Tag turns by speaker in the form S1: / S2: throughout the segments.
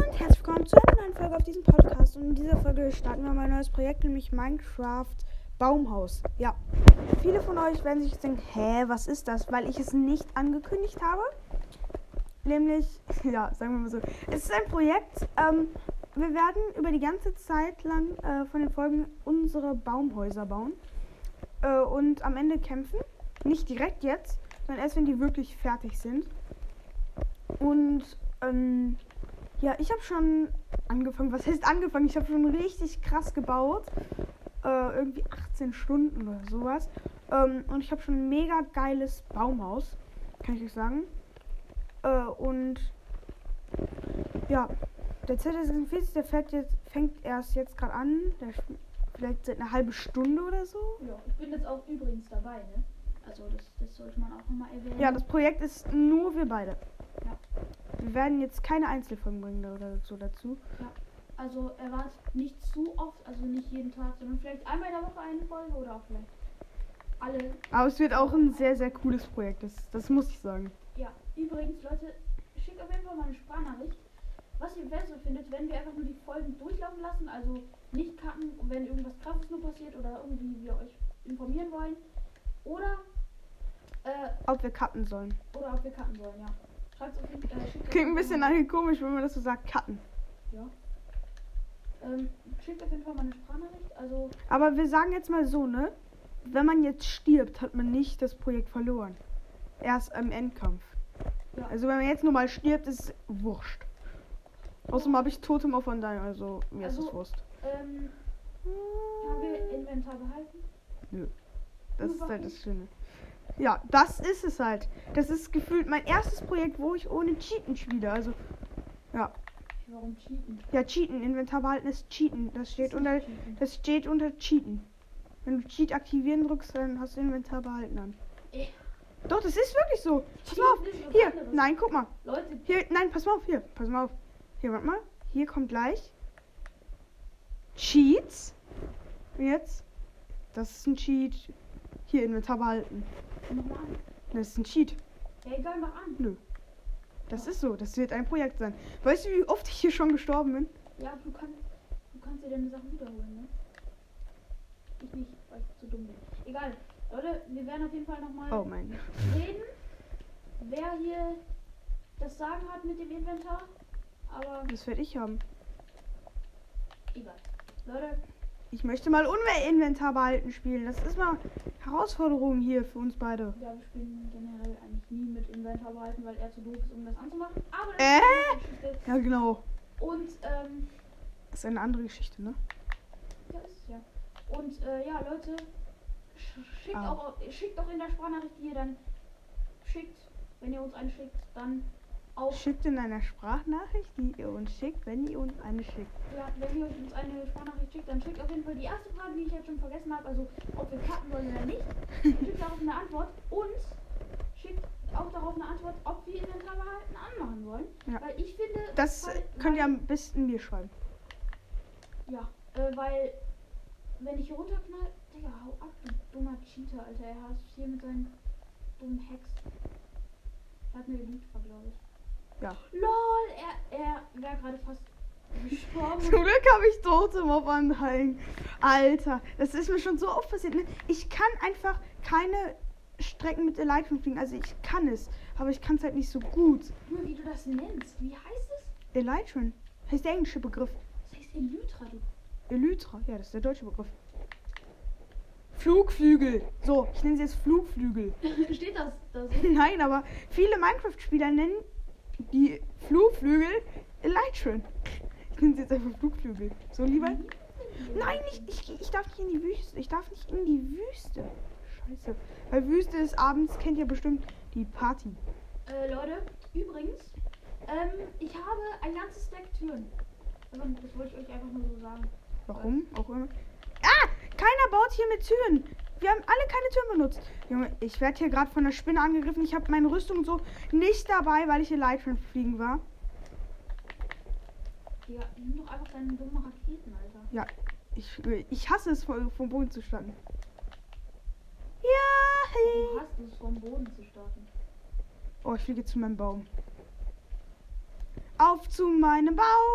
S1: willkommen zu einer neuen Folge auf diesem Podcast. Und in dieser Folge starten wir mein neues Projekt, nämlich Minecraft Baumhaus. Ja, viele von euch werden sich jetzt denken, hä, was ist das? Weil ich es nicht angekündigt habe. Nämlich, ja, sagen wir mal so, es ist ein Projekt. Ähm, wir werden über die ganze Zeit lang äh, von den Folgen unsere Baumhäuser bauen. Äh, und am Ende kämpfen. Nicht direkt jetzt, sondern erst, wenn die wirklich fertig sind. Und ähm, ja, ich habe schon angefangen. Was heißt angefangen? Ich habe schon richtig krass gebaut. Äh, irgendwie 18 Stunden oder sowas. Ähm, und ich habe schon ein mega geiles Baumhaus. Kann ich euch sagen. Äh, und ja, der Z46, der fährt jetzt, fängt erst jetzt gerade an. Der sch- vielleicht seit einer halben Stunde oder so.
S2: Ja, ich bin jetzt auch übrigens dabei, ne? Also das, das sollte man auch nochmal erwähnen.
S1: Ja, das Projekt ist nur wir beide.
S2: Ja.
S1: Wir werden jetzt keine Einzelfolgen bringen oder so dazu.
S2: also erwartet nicht zu oft, also nicht jeden Tag, sondern vielleicht einmal in der Woche eine Folge oder auch vielleicht alle.
S1: Aber es wird auch ein sehr, sehr cooles Projekt. Das, das muss ich sagen.
S2: Ja, übrigens Leute, schickt auf jeden Fall mal eine Sprachnachricht, was ihr besser findet, wenn wir einfach nur die Folgen durchlaufen lassen, also nicht kacken, wenn irgendwas krasses nur passiert oder irgendwie wir euch informieren wollen. Oder äh,
S1: Ob wir cutten sollen.
S2: oder ob wir kacken sollen, ja. Schreibt auf jeden Fall. Äh, schickt
S1: Klingt
S2: auf
S1: ein
S2: jeden Fall
S1: bisschen
S2: mal-
S1: eigentlich komisch, wenn man das so sagt, cutten.
S2: Ähm, schickt auf jeden Fall mal eine Sprachnachricht, also
S1: Aber wir sagen jetzt mal so, ne? Wenn man jetzt stirbt, hat man nicht das Projekt verloren. Erst im Endkampf.
S2: Ja.
S1: Also wenn man jetzt normal stirbt, ist es wurscht. Außerdem habe ich Totem auf Online, also mir ist
S2: Also-
S1: es wurscht.
S2: Ähm, haben wir Inventar behalten?
S1: Das ist halt das Schöne. Ja, das ist es halt. Das ist gefühlt mein erstes Projekt, wo ich ohne Cheaten spiele. Also,
S2: Warum cheaten?
S1: ja, Cheaten, Inventar behalten ist Cheaten. Das steht unter, das steht unter Cheaten. Wenn du Cheat aktivieren drückst, dann hast du Inventar behalten an.
S2: Eh.
S1: Doch, das ist wirklich so. Pass mal auf.
S2: Cheaten ist was
S1: Hier,
S2: anderes.
S1: nein, guck mal.
S2: Leute,
S1: Hier, nein, pass mal auf. Hier, pass mal auf. Hier, warte mal. Hier kommt gleich. Cheats. Und jetzt. Das ist ein Cheat. Hier, Inventar behalten.
S2: mach mal an.
S1: Das ist ein Cheat.
S2: Ja, egal, mach an.
S1: Das ist so, das wird ein Projekt sein. Weißt du, wie oft ich hier schon gestorben bin?
S2: Ja, aber du kannst, du kannst dir deine Sachen wiederholen, ne? Ich nicht, weil ich zu dumm bin. Egal. Leute, wir werden auf jeden Fall nochmal
S1: Oh mein.
S2: reden, wer hier das Sagen hat mit dem Inventar. Aber
S1: Das werde ich haben.
S2: egal. Leute,
S1: Ich möchte mal Unwehrinventar behalten spielen. Das ist mal Herausforderung hier für uns beide.
S2: ja, wir spielen generell eigentlich nie mit Inventar behalten, weil er zu doof ist, um das anzumachen. Aber das
S1: Äh?
S2: ist eine andere Geschichte.
S1: Ja, genau.
S2: Und ähm.
S1: Das ist eine andere Geschichte, ne?
S2: Ja, ist es ja. Und äh, ja, Leute, sch- schickt,
S1: Ah.
S2: auch, schickt auch in der Sprachnachricht, die ihr dann schickt, wenn ihr uns einschickt, dann auch,
S1: Schickt in einer Sprachnachricht, die ihr uns schickt, wenn ihr uns eine schickt.
S2: ja, wenn ihr uns eine Sprachnachricht schickt, dann schickt auf jeden Fall die erste Frage, die ich jetzt schon vergessen habe, also ob wir cutten wollen oder nicht. Schickt darauf eine Antwort und schickt auch darauf eine Antwort, ob wir Inventar behalten anmachen wollen.
S1: Ja.
S2: Weil ich finde,
S1: Das
S2: weil-
S1: äh, könnt ihr
S2: weil-
S1: am besten mir schreiben.
S2: Ja, äh, weil wenn ich hier runterknall, Digga, hau ab, du dummer Cheater, Alter. Er hat hier mit seinen dummen Hex. Er hat eine Elite, glaube ich.
S1: Ja.
S2: LOL, er, er wäre gerade fast gestorben.
S1: Zum Glück habe ich Totem auf Anhang. Alter, das ist mir schon so oft passiert. Ne? Ich kann einfach keine Strecken mit Elytron fliegen. Also ich kann es, aber ich kann es halt nicht so gut.
S2: Nur wie du das nennst. Wie heißt es?
S1: Elytron heißt der englische Begriff.
S2: Das heißt Elytra, du.
S1: Elytra, ja, das ist der deutsche Begriff. Flugflügel. So, ich nenne sie jetzt Flugflügel.
S2: Steht das da so?
S1: Nein, aber viele Minecraft-Spieler nennen die Flugflügel Elytron. Ich nenne sie jetzt einfach Flugflügel. So lieber. Nein, ich, ich, ich darf nicht in die Wüste. Ich darf nicht in die Wüste. Scheiße. Weil Wüste ist abends, kennt ihr bestimmt die Party.
S2: Äh, Leute, übrigens, ähm, ich habe ein ganzes Deck Türen. Also, das wollte ich euch einfach nur so sagen.
S1: Warum? Auch immer. Ah! Keiner baut hier mit Türen. Wir haben alle keine Türen benutzt. Junge, ich werde hier gerade von der Spinne angegriffen. Ich habe meine Rüstung und so nicht dabei, weil ich hier Lightfriend fliegen war.
S2: Digga, nimm doch einfach deine dummen Raketen, Alter.
S1: Ich, ich hasse es, vom vom Boden zu starten.
S2: Du
S1: Ja! hey.
S2: hast es vom Boden zu starten.
S1: Oh, ich fliege zu meinem Baum. Auf zu meinem Baum!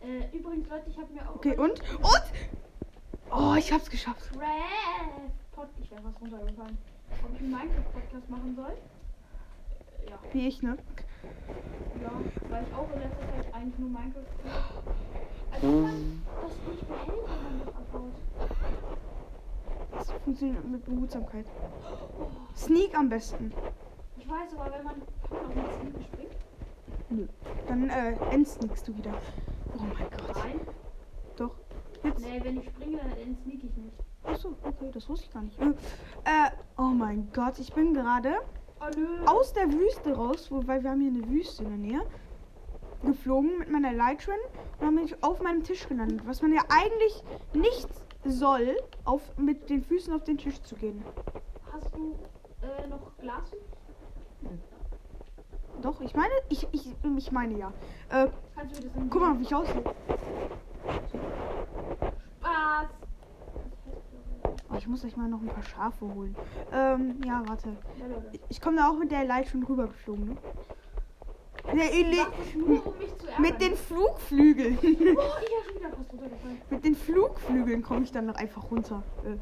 S2: Äh, übrigens, Leute, ich habe mir auch.
S1: Okay, und? Und? Oh, ich hab's geschafft.
S2: Minecraft Pod ich wäre was runtergefallen. Ob ich einen Minecraft-Podcast machen soll? Äh, Ja,
S1: Wie ich, ne?
S2: ja, weil ich auch in letzter Zeit eigentlich nur Minecraft spiele. Also das, das nicht behält, wenn man das abbaut.
S1: Das funktioniert mit Behutsamkeit. Sneak am besten.
S2: Ich weiß, aber wenn man kann man auch mit Sneak springt,
S1: Dann äh, entsneakst du wieder. Oh mein Gott.
S2: nein.
S1: Doch. Jetzt.
S2: Nee, wenn ich springe, dann entsneak ich nicht.
S1: Achso, okay, das wusste ich gar nicht. Äh, äh, oh mein Gott, ich bin gerade
S2: Oh nö.
S1: aus der Wüste raus, wo, weil wir haben hier eine Wüste in der Nähe, geflogen mit meiner Lightrin und dann bin ich auf meinem Tisch gelandet, was man ja eigentlich nicht soll, auf, mit den Füßen auf den Tisch zu gehen.
S2: Hast du äh, noch Glas?
S1: Doch, ich meine, ich, ich, ich meine ja. Äh,
S2: Kannst du mir das in
S1: guck mal, wie ich aussehe.
S2: Was?
S1: Oh, ich muss euch mal noch ein paar Schafe holen. Ähm, ja, warte.
S2: Ja, Leute.
S1: Ich komme da auch mit der Lightrin rübergeflogen, ne? Der Ele
S2: Mach das nur, um mich zu ärgern.
S1: mit den Flugflügeln.
S2: Oh, ich hab schon wieder fast runtergefallen.
S1: Mit den Flugflügeln komme ich dann noch einfach runter. Äh.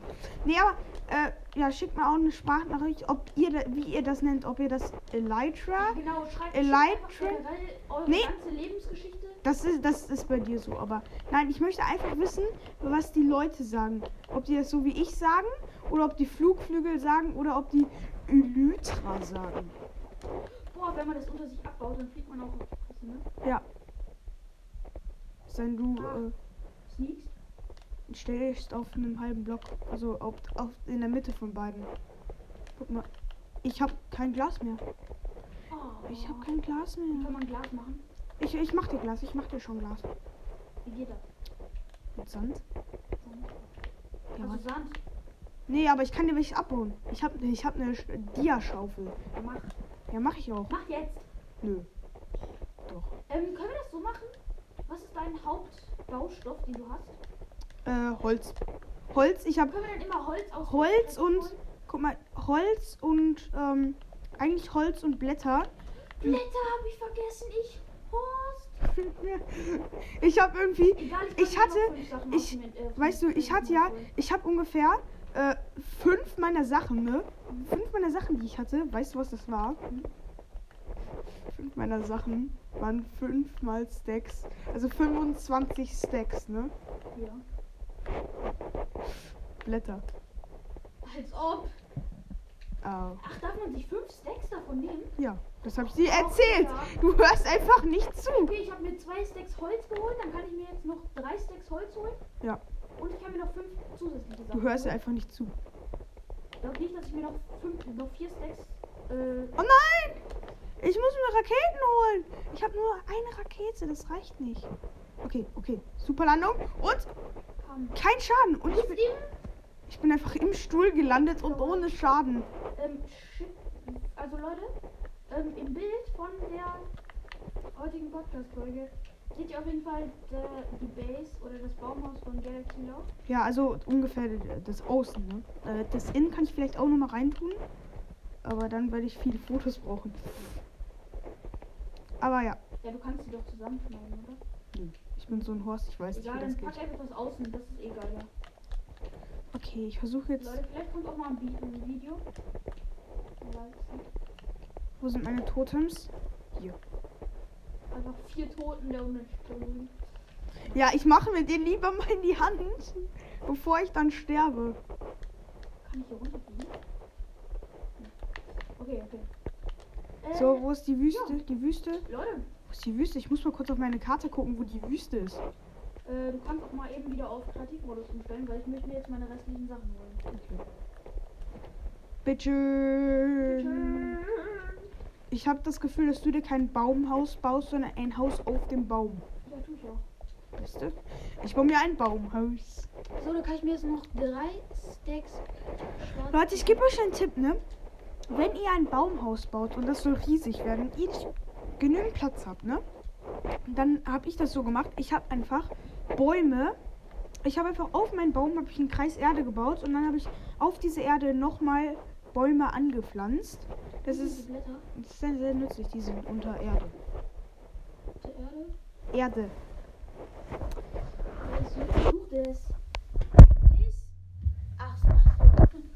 S1: Nee, aber äh, ja, schickt mir auch eine Sprachnachricht, ob ihr da, wie ihr das nennt, ob ihr das Elytra.
S2: Genau, schreibt
S1: Elytra?
S2: schreibt einfach generell eure
S1: Nee.
S2: ganze Lebensgeschichte.
S1: Das ist, das ist bei dir so, aber nein, ich möchte einfach wissen, was die Leute sagen. Ob die das so wie ich sagen oder ob die Flugflügel sagen oder ob die Elytra sagen.
S2: Boah, wenn man das unter sich abbaut, dann fliegt man auch auf die Fresse, ne?
S1: Wenn du
S2: Sneaks?
S1: äh, stehst auf einem halben Block, also auf, auf, in der Mitte von beiden. Guck mal, ich habe kein Glas mehr.
S2: Oh,
S1: Ich habe kein Glas mehr.
S2: Kann man Glas machen?
S1: Ich, ich mach dir Glas, ich mach dir schon Glas.
S2: Wie geht das?
S1: Mit Sand? Also Ja,
S2: Hast du Also Sand?
S1: Nee, aber ich kann dir welches abbauen. Ich hab, ich hab eine Sch- Dia-Schaufel.
S2: Mach.
S1: Ja, mach ich auch.
S2: Mach jetzt.
S1: Nö.
S2: Ähm, können wir das so machen? Was ist dein Hauptbaustoff, den du hast?
S1: Äh, Holz. Holz, ich hab.
S2: Können wir dann immer Holz aus
S1: Holz und. Guck mal, Holz und. Ähm, eigentlich Holz und Blätter.
S2: Blätter habe ich vergessen, ich Horst.
S1: ich hab irgendwie.
S2: Egal, ich,
S1: Ich
S2: kann
S1: hatte-
S2: noch fünf Sachen
S1: ich-
S2: aus dem, äh,
S1: Weißt du,
S2: fünf
S1: ich hatte
S2: Sachen
S1: ja,
S2: holen.
S1: ich habe ungefähr äh, fünf meiner Sachen, ne? Fünf meiner Sachen, die ich hatte, weißt du, was das war? Fünf meiner Sachen waren fünfmal Stacks. Also 25 Stacks, ne?
S2: Ja.
S1: Blätter.
S2: Als ob.
S1: Au.
S2: Ach, darf man sich fünf Stacks davon nehmen?
S1: Äh, ja, das habe ich dir
S2: Auch
S1: erzählt.
S2: wieder.
S1: Du hörst einfach nicht zu.
S2: Okay, ich habe mir zwei Stacks Holz geholt, dann kann ich mir jetzt noch drei Stacks Holz holen.
S1: Ja.
S2: Und ich kann mir noch fünf zusätzliche Sachen
S1: Du hörst
S2: holen.
S1: einfach nicht zu.
S2: Ich glaube nicht, dass ich mir noch fünf, noch vier Stacks. Äh,
S1: Oh nein! Ich muss mir Raketen holen. Ich habe nur eine Rakete, das reicht nicht. Okay, okay. Super Landung und
S2: kam.
S1: kein Schaden. Und ich bin Ich bin einfach im Stuhl gelandet und ohne Schaden.
S2: Ähm, schick, also Leute, ähm, im Bild von der heutigen Podcast-Folge seht ihr auf jeden Fall äh, die Base oder das Baumhaus von Galaxy Love.
S1: Ja, also ungefähr das Außen, ne? Äh, Das Innen kann ich vielleicht auch nochmal reintun. Aber dann werde ich viele Fotos brauchen. Aber ja,
S2: Ja, du kannst die doch zusammenschneiden, oder?
S1: ich bin so ein Horst, ich weiß nicht,
S2: Egal,
S1: wie das
S2: dann
S1: geht.
S2: pack einfach das außen, das ist egal. Ja.
S1: Okay, ich versuche jetzt.
S2: Leute, vielleicht kommt auch mal ein, Bi- ein Video. Man weiß es nicht.
S1: Wo sind meine Totems?
S2: Einfach vier Toten der Unentstellung.
S1: Ja, ich mache mir den lieber mal in die Hand, bevor ich dann sterbe.
S2: Kann ich hier runterfliegen? Hm. Okay, okay. Äh,
S1: So, wo ist die Wüste? Die Wüste?
S2: Leute,
S1: Wo ist die Wüste? Ich muss mal kurz auf meine Karte gucken, wo die Wüste ist.
S2: Äh, du kannst auch mal eben wieder auf Kreativmodus umstellen, weil ich möchte mir jetzt meine restlichen Sachen holen.
S1: Äh. Bitches. Ich habe das Gefühl, dass du dir kein Baumhaus baust, sondern ein Haus auf dem Baum.
S2: Ja, tu ich auch.
S1: Weißt du? Ich baue mir ein Baumhaus.
S2: So, dann kann ich mir jetzt noch drei Stacks schwarz.
S1: Leute, ich gebe euch einen Tipp, ne? Wenn ihr ein Baumhaus baut und das soll riesig werden und ihr nicht genügend Platz habt, ne? Dann habe ich das so gemacht. Ich habe einfach Bäume. Ich habe einfach auf meinen Baum habe ich einen Kreis Erde gebaut und dann habe ich auf diese Erde nochmal Bäume angepflanzt. Das ist,
S2: Die Blätter
S1: das ist sehr, sehr nützlich. Die sind unter Erde.
S2: zur Erde.
S1: Erde.
S2: Versucht es. Ist. Ach so, ach so. Mhm.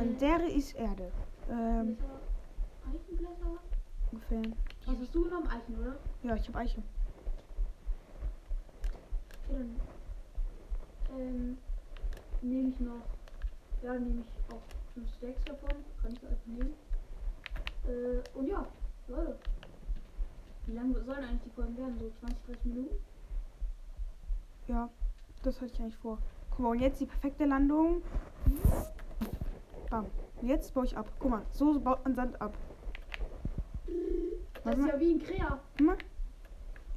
S1: Und der ist Erde. Ähm,
S2: Blätter. Eichenblätter?
S1: ungefähr.
S2: Was hast du genommen? Eichen, oder?
S1: Ja, ich habe Eiche.
S2: Okay, dann. Ähm. Nehme ich noch. Ja, nehme ich auch fünf Stacks davon. Kann ich einfach nehmen. Äh, und ja, Leute. Wie lange sollen eigentlich die Folgen werden? So 20, 30 Minuten?
S1: Ja, das hatte ich eigentlich vor. Guck mal, und jetzt die perfekte Landung. Bam. Und Jetzt baue ich ab. Guck mal, so baut man Sand ab.
S2: Das ist ja wie ein Krea.
S1: Guck mal. Hm?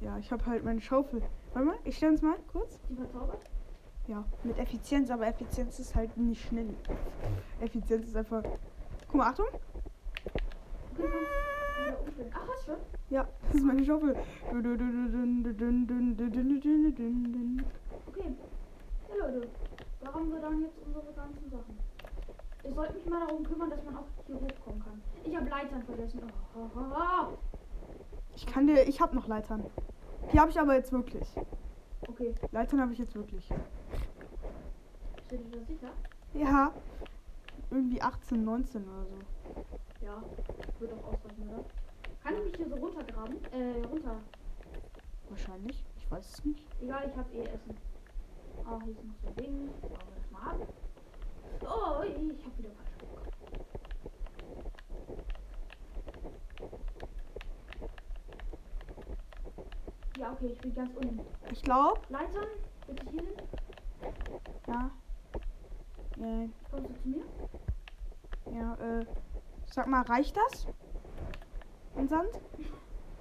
S1: Ja, ich habe halt meine Schaufel. Warte mal, ich stelle uns mal kurz.
S2: Die verzaubert?
S1: Ja, mit Effizienz, aber Effizienz ist halt nicht schnell. Effizienz ist einfach. Guck mal, Achtung.
S2: Okay, komm. Wieder umstellen. Ach, hast schon?
S1: Ja, das ist meine Schaufel. Guck
S2: Okay. Ja, Leute. Da haben wir dann jetzt unsere ganzen Sachen. Ich sollte mich mal darum kümmern, dass man auch hier hochkommen kann. Ich habe Leitern vergessen. Oh, oh, oh, oh.
S1: Ich kann dir, ich habe noch Leitern. Die habe ich aber jetzt wirklich.
S2: Okay,
S1: Leitern habe ich jetzt wirklich.
S2: sind wir da sicher?
S1: Ja. Irgendwie 18, 19 oder so.
S2: Ja, wird auch ausreichen, oder? Kann ich mich hier so runtergraben? Äh, runter.
S1: Wahrscheinlich. Ich weiß es nicht.
S2: Egal, ich hab eh Essen. Ah, hier ist noch so ein Ding. Bauen wir das mal ab. Oh, ich hab wieder falsch geguckt. Ja, okay, ich bin ganz unten.
S1: Ich glaube.
S2: Leitern, bitte hier hin.
S1: Ja. Ja,
S2: Kommst du zu mir?
S1: ja, äh. Sag mal, reicht das? Ein Sand?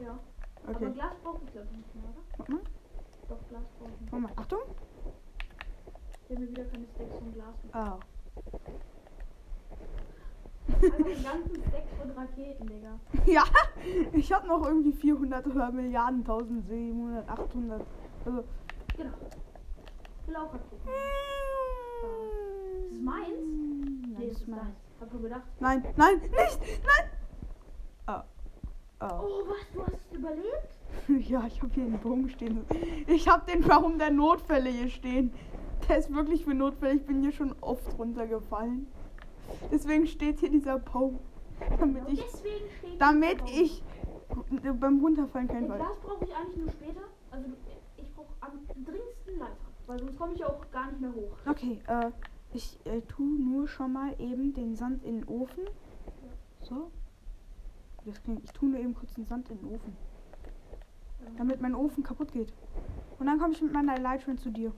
S2: Ja. Aber
S1: Okay.
S2: Glas brauche ich glaube ich nicht mehr, oder?
S1: Warte mal.
S2: Doch, Glas brauche ich nicht.
S1: Warte mal. Achtung.
S2: Ich habe mir wieder keine Stacks von Glas gemacht.
S1: Ah.
S2: Einfach den ganzen Stack von Raketen, Digga.
S1: Ja, ich habe noch irgendwie 400 oder Milliarden, 1000, 700, 800. Also.
S2: Genau. Ich will auch Raketen. ist meins?
S1: Nein,
S2: Nee,
S1: das
S2: das
S1: ist meins.
S2: Hab nur gedacht.
S1: Nein, nein, nicht, nein! Ah. Ah.
S2: Oh, was? Du hast es überlebt?
S1: Ja, ich habe hier einen Bogen stehen. Ich habe den Warum der Notfälle hier stehen. Der ist wirklich für Notfälle. Ich bin hier schon oft runtergefallen. Deswegen steht hier dieser Baum. Damit ich,
S2: deswegen steht
S1: damit
S2: hier drauf.
S1: ich beim Runterfallen keinen
S2: Den
S1: Fall.
S2: Glas brauche ich eigentlich nur später. Also ich brauche am dringendsten Leitern. Weil sonst komme ich auch gar nicht mehr hoch.
S1: Okay, äh, ich äh, tue nur schon mal eben den Sand in den Ofen. So. Das klingt, ich tue nur eben kurz den Sand in den Ofen. Damit mein Ofen kaputt geht. Und dann komme ich mit meiner Lightrin zu dir.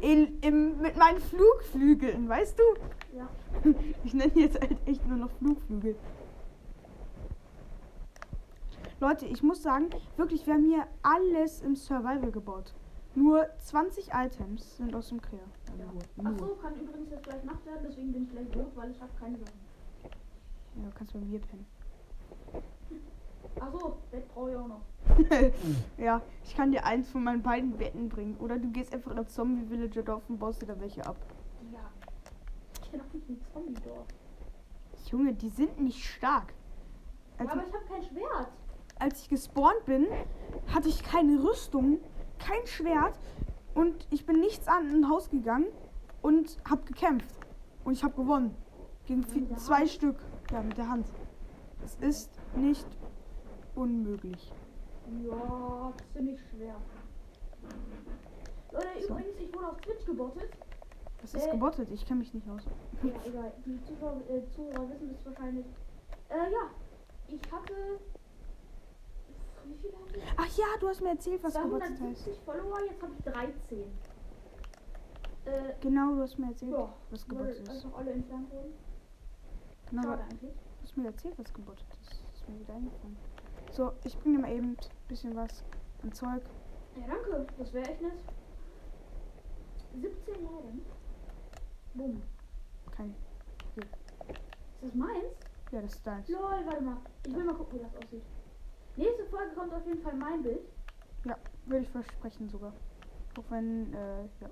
S1: In, im, mit meinen Flugflügeln, weißt du?
S2: Ja.
S1: Ich nenne jetzt halt echt nur noch Flugflügel. Leute, ich muss sagen, wirklich, wir haben hier alles im Survival gebaut. Nur 20 Items sind aus dem Krea.
S2: Ja.
S1: Nur.
S2: Ach
S1: Nur.
S2: so, kann übrigens jetzt gleich Nacht werden. Deswegen bin ich gleich tot, weil ich habe keine Sachen.
S1: Ja, kannst bei mir pennen.
S2: Ach so, Bett brauche ich auch noch.
S1: ja, ich kann dir eins von meinen beiden Betten bringen. Oder du gehst einfach in ein Zombie-Villager-Dorf und baust dir da welche ab.
S2: Ja. Ich bin auch nicht ein Zombie-Dorf.
S1: Junge, die sind nicht stark.
S2: Ja,
S1: Als,
S2: aber ich habe kein Schwert.
S1: als ich gespawnt bin, hatte ich keine Rüstung, kein Schwert und ich bin nichts an ein Haus gegangen und hab gekämpft. Und ich hab gewonnen. Gegen vi-
S2: Mit der
S1: zwei Stück. Ja, mit der Hand. Das ist nicht unmöglich.
S2: Ja, ziemlich schwer. Leute,
S1: So.
S2: übrigens, ich wurde auf Twitch gebottet.
S1: Das ist
S2: Äh.
S1: gebottet. Ich kenne mich nicht aus.
S2: Ja, egal. Die Zuschauer, äh, Zuhörer wissen das wahrscheinlich. Äh, ja. Ich hatte. Wie viel hatte ich?
S1: Ach ja, du hast mir erzählt, was gebottet heißt.
S2: 270 Follower, jetzt habe ich 13. Äh,
S1: Genau, du hast mir erzählt,
S2: ja.
S1: was
S2: Weil
S1: gebottet ist.
S2: einfach alle entfernt wurden.
S1: Na, aber
S2: also, Schade eigentlich.
S1: du hast mir erzählt, was gebottet ist. Das ist mir wieder eingefallen. So, ich bringe dir mal eben ein bisschen was an Zeug.
S2: Ja, danke. Das wäre echt nett. 17 Laden. Bumm.
S1: Kein.
S2: Ist das meins?
S1: Ja, das ist deins.
S2: Lol, warte mal. Ich will mal gucken, wie das aussieht. Nächste Folge kommt auf jeden Fall mein Bild.
S1: Ja, würde ich versprechen sogar. Auch wenn, äh, ja.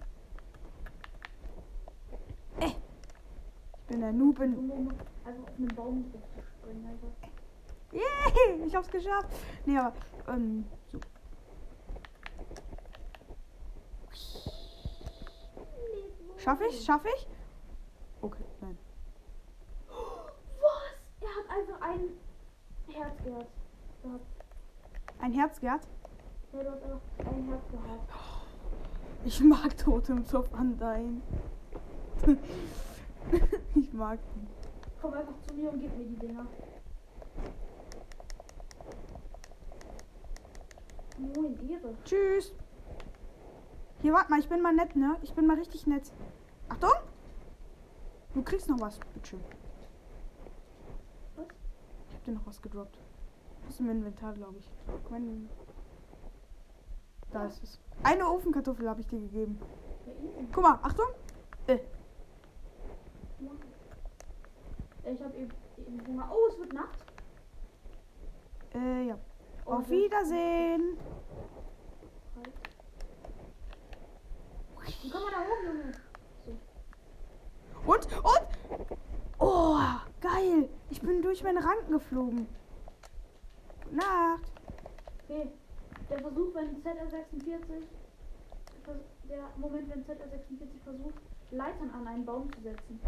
S1: Ey! Ich bin der Noob in.
S2: Um, um einfach auf einen Baum draufzuspringen. Einfach.
S1: Yay! Ich hab's geschafft! Nee, aber, ähm, so. Schaffe ich? Schaffe ich? Okay, nein.
S2: Was? Er hat einfach ein Herz gehabt. gehabt.
S1: Ein Herz, Gerd?
S2: Ja, du hast einfach ein Herz gehabt.
S1: Ich mag Totem Zopf an dein. ich mag ihn.
S2: Komm einfach zu mir und gib mir die Dinger. Moin, Ehre.
S1: Tschüss. Hier, warte mal, ich bin mal nett, ne? Ich bin mal richtig nett. Achtung! Du kriegst noch was, bitteschön.
S2: Was?
S1: Ich hab dir noch was gedroppt. Das ist im Inventar, glaube ich. Guck mal in- Da ist es. Eine Ofenkartoffel habe ich dir gegeben.
S2: Bei Ihnen?
S1: Guck mal, Achtung! Äh,
S2: Ja, Ich habe eben, eben Hunger. Oh, es wird Nacht.
S1: Äh, ja.
S2: Oh,
S1: Auf
S2: das-
S1: Wiedersehen!
S2: Wie kommen wir da hoch, Junge?
S1: Und, und! Oh, geil! Ich bin durch meine Ranken geflogen. Gute Nacht!
S2: Okay. Der Versuch, wenn ZR46, der Moment, wenn ZR46 versucht, Leitern an einen Baum zu setzen.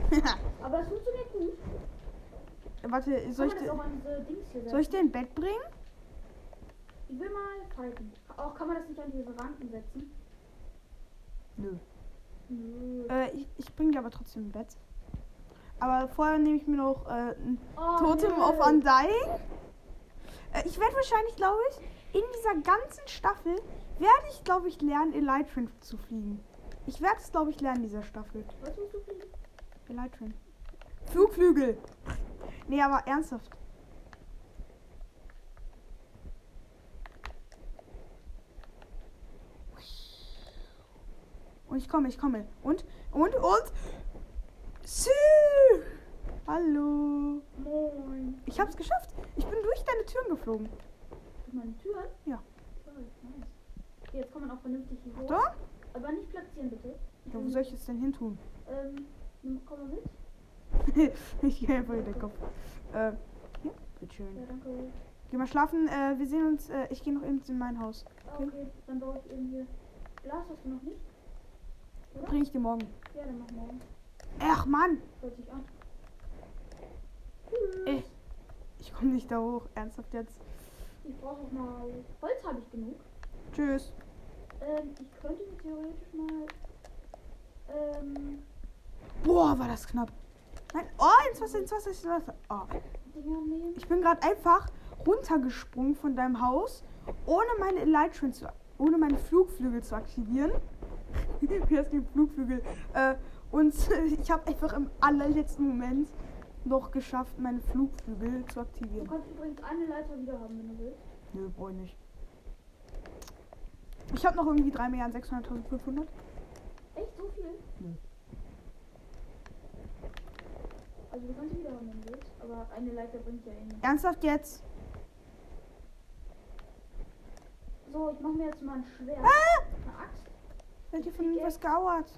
S2: Aber es funktioniert gut.
S1: Warte, soll
S2: Kann
S1: ich,
S2: man das
S1: de-
S2: auch an diese Dings hier setzen?
S1: soll ich dir ein Bett bringen?
S2: Ich will mal falten. Auch kann man das nicht an diese Ranken setzen?
S1: Nö.
S2: Nö.
S1: Äh, ich, ich bring dir aber trotzdem ein Bett. Aber vorher nehme ich mir noch äh, ein
S2: Oh,
S1: Totem
S2: nö.
S1: of Undying. Äh, ich werde wahrscheinlich, glaube ich, in dieser ganzen Staffel werde ich, glaube ich, lernen, Elytrin zu fliegen. Ich werde es, glaube ich, lernen, in dieser Staffel.
S2: Was musst du fliegen?
S1: Elytrin. Flugflügel. Nee, aber ernsthaft. Und ich komme, ich komme. Und, und, und. Sü. Hallo.
S2: Moin.
S1: Ich hab's geschafft. Ich bin durch deine Türen geflogen.
S2: Durch meine Tür?
S1: Ja.
S2: Toll, nice. Okay, jetzt kann man auch vernünftig hier hoch.
S1: Doch?
S2: Aber nicht platzieren, bitte.
S1: Ja, wo soll ich es denn hin tun?
S2: Ähm, nimm- komm mal mit.
S1: ich gehe einfach in den Kopf. Äh, ja, bitteschön.
S2: Ja, danke.
S1: Geh mal schlafen. Äh, wir sehen uns. Äh, ich gehe noch eben in mein Haus.
S2: Ah, okay, dann baue ich eben hier Glas, hast du noch nicht?
S1: Bring ich dir morgen.
S2: Ja, dann mach morgen.
S1: Ach, Mann.
S2: Hört sich an. Tschüss.
S1: Äh. Ich komme nicht da hoch. Ernsthaft jetzt.
S2: Ich brauche auch mal Holz habe ich genug.
S1: Tschüss.
S2: Ähm, ich könnte mir theoretisch mal ähm,
S1: Boah, war das knapp. Nein. Oh, ins Wasser, ins Wasser, ins Wasser. Oh.
S2: Dinger nehmen.
S1: Ich bin gerade einfach runtergesprungen von deinem Haus, ohne meine Elytrin zu, ohne meine Flugflügel zu aktivieren. Wie heißt die Flugflügel? Äh, und ich habe einfach im allerletzten Moment noch geschafft, meine Flugflügel zu
S2: Du
S1: aktivieren.
S2: kannst übrigens eine Leiter wieder haben, wenn du willst.
S1: Nö, brauche ich nicht. Ich habe noch irgendwie 3 Milliarden 600.500.
S2: Echt so viel?
S1: Nö.
S2: Also du kannst sie wieder haben, wenn du willst. Aber eine Leiter bringt ja eh nichts.
S1: Ernsthaft jetzt?
S2: So, ich mache mir jetzt mal ein Schwert.
S1: Ah!
S2: Eine Axt.
S1: Hat hier von was geauert?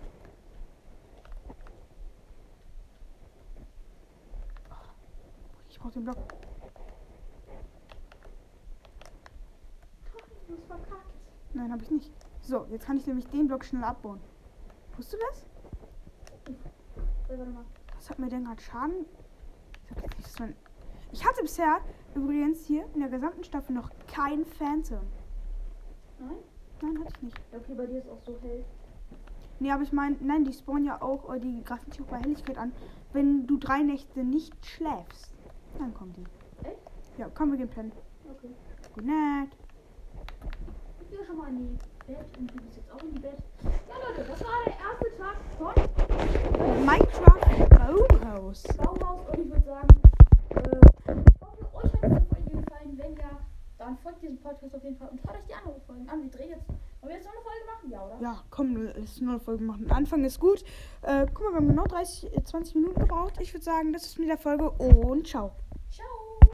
S1: Oh, Ich brauch den Block.
S2: Ach, ich muss verkackt.
S1: Nein, habe ich nicht. So, jetzt kann ich nämlich den Block schnell abbauen. Wusstest du das?
S2: Äh, warte mal.
S1: Was hat mir denn gerade Schaden? Ich, sag jetzt nicht, dass mein- ich hatte bisher übrigens hier in der gesamten Staffel noch kein Phantom.
S2: Nein?
S1: Nein, hatte ich nicht.
S2: Ja, okay, bei dir ist auch so hell.
S1: Nee, aber ich meine, nein, die spawnen ja auch, äh, die greifen sich auch bei Helligkeit an. Wenn du drei Nächte nicht schläfst, dann kommen die.
S2: Echt?
S1: Ja, komm, wir gehen pennen.
S2: Okay.
S1: Gute Nacht.
S2: Ich gehe schon mal in die Bett und du bist jetzt auch in die Bett. Ja, Leute, das war der erste Tag von
S1: Minecraft Baumhaus.
S2: Baumhaus und ich würde sagen, äh, ich hoffe, euch hat diese Folge gefallen. Wenn ja, dann folgt diesem Podcast auf jeden Fall und hört euch die anderen Folgen an. Wir drehen jetzt. Wollen wir jetzt noch eine Folge machen? Ja, oder?
S1: Ja, komm, lass nur eine Folge machen. Anfang ist gut. Äh, guck mal, wir haben genau 30, äh, 20 Minuten gebraucht. Ich würde sagen, das ist mit der Folge und ciao.
S2: Ciao!